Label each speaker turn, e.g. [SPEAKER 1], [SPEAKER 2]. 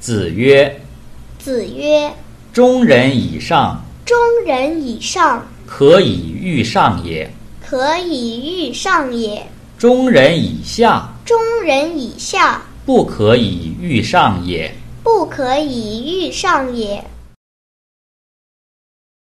[SPEAKER 1] 子曰
[SPEAKER 2] 子曰：“
[SPEAKER 1] 中人以上，：“
[SPEAKER 2] 中人以上，
[SPEAKER 1] 可以御上也；
[SPEAKER 2] 可以御上也；
[SPEAKER 1] 中人以下，
[SPEAKER 2] 中人以下，
[SPEAKER 1] 不可以御上也。”
[SPEAKER 2] 不可以御上也。”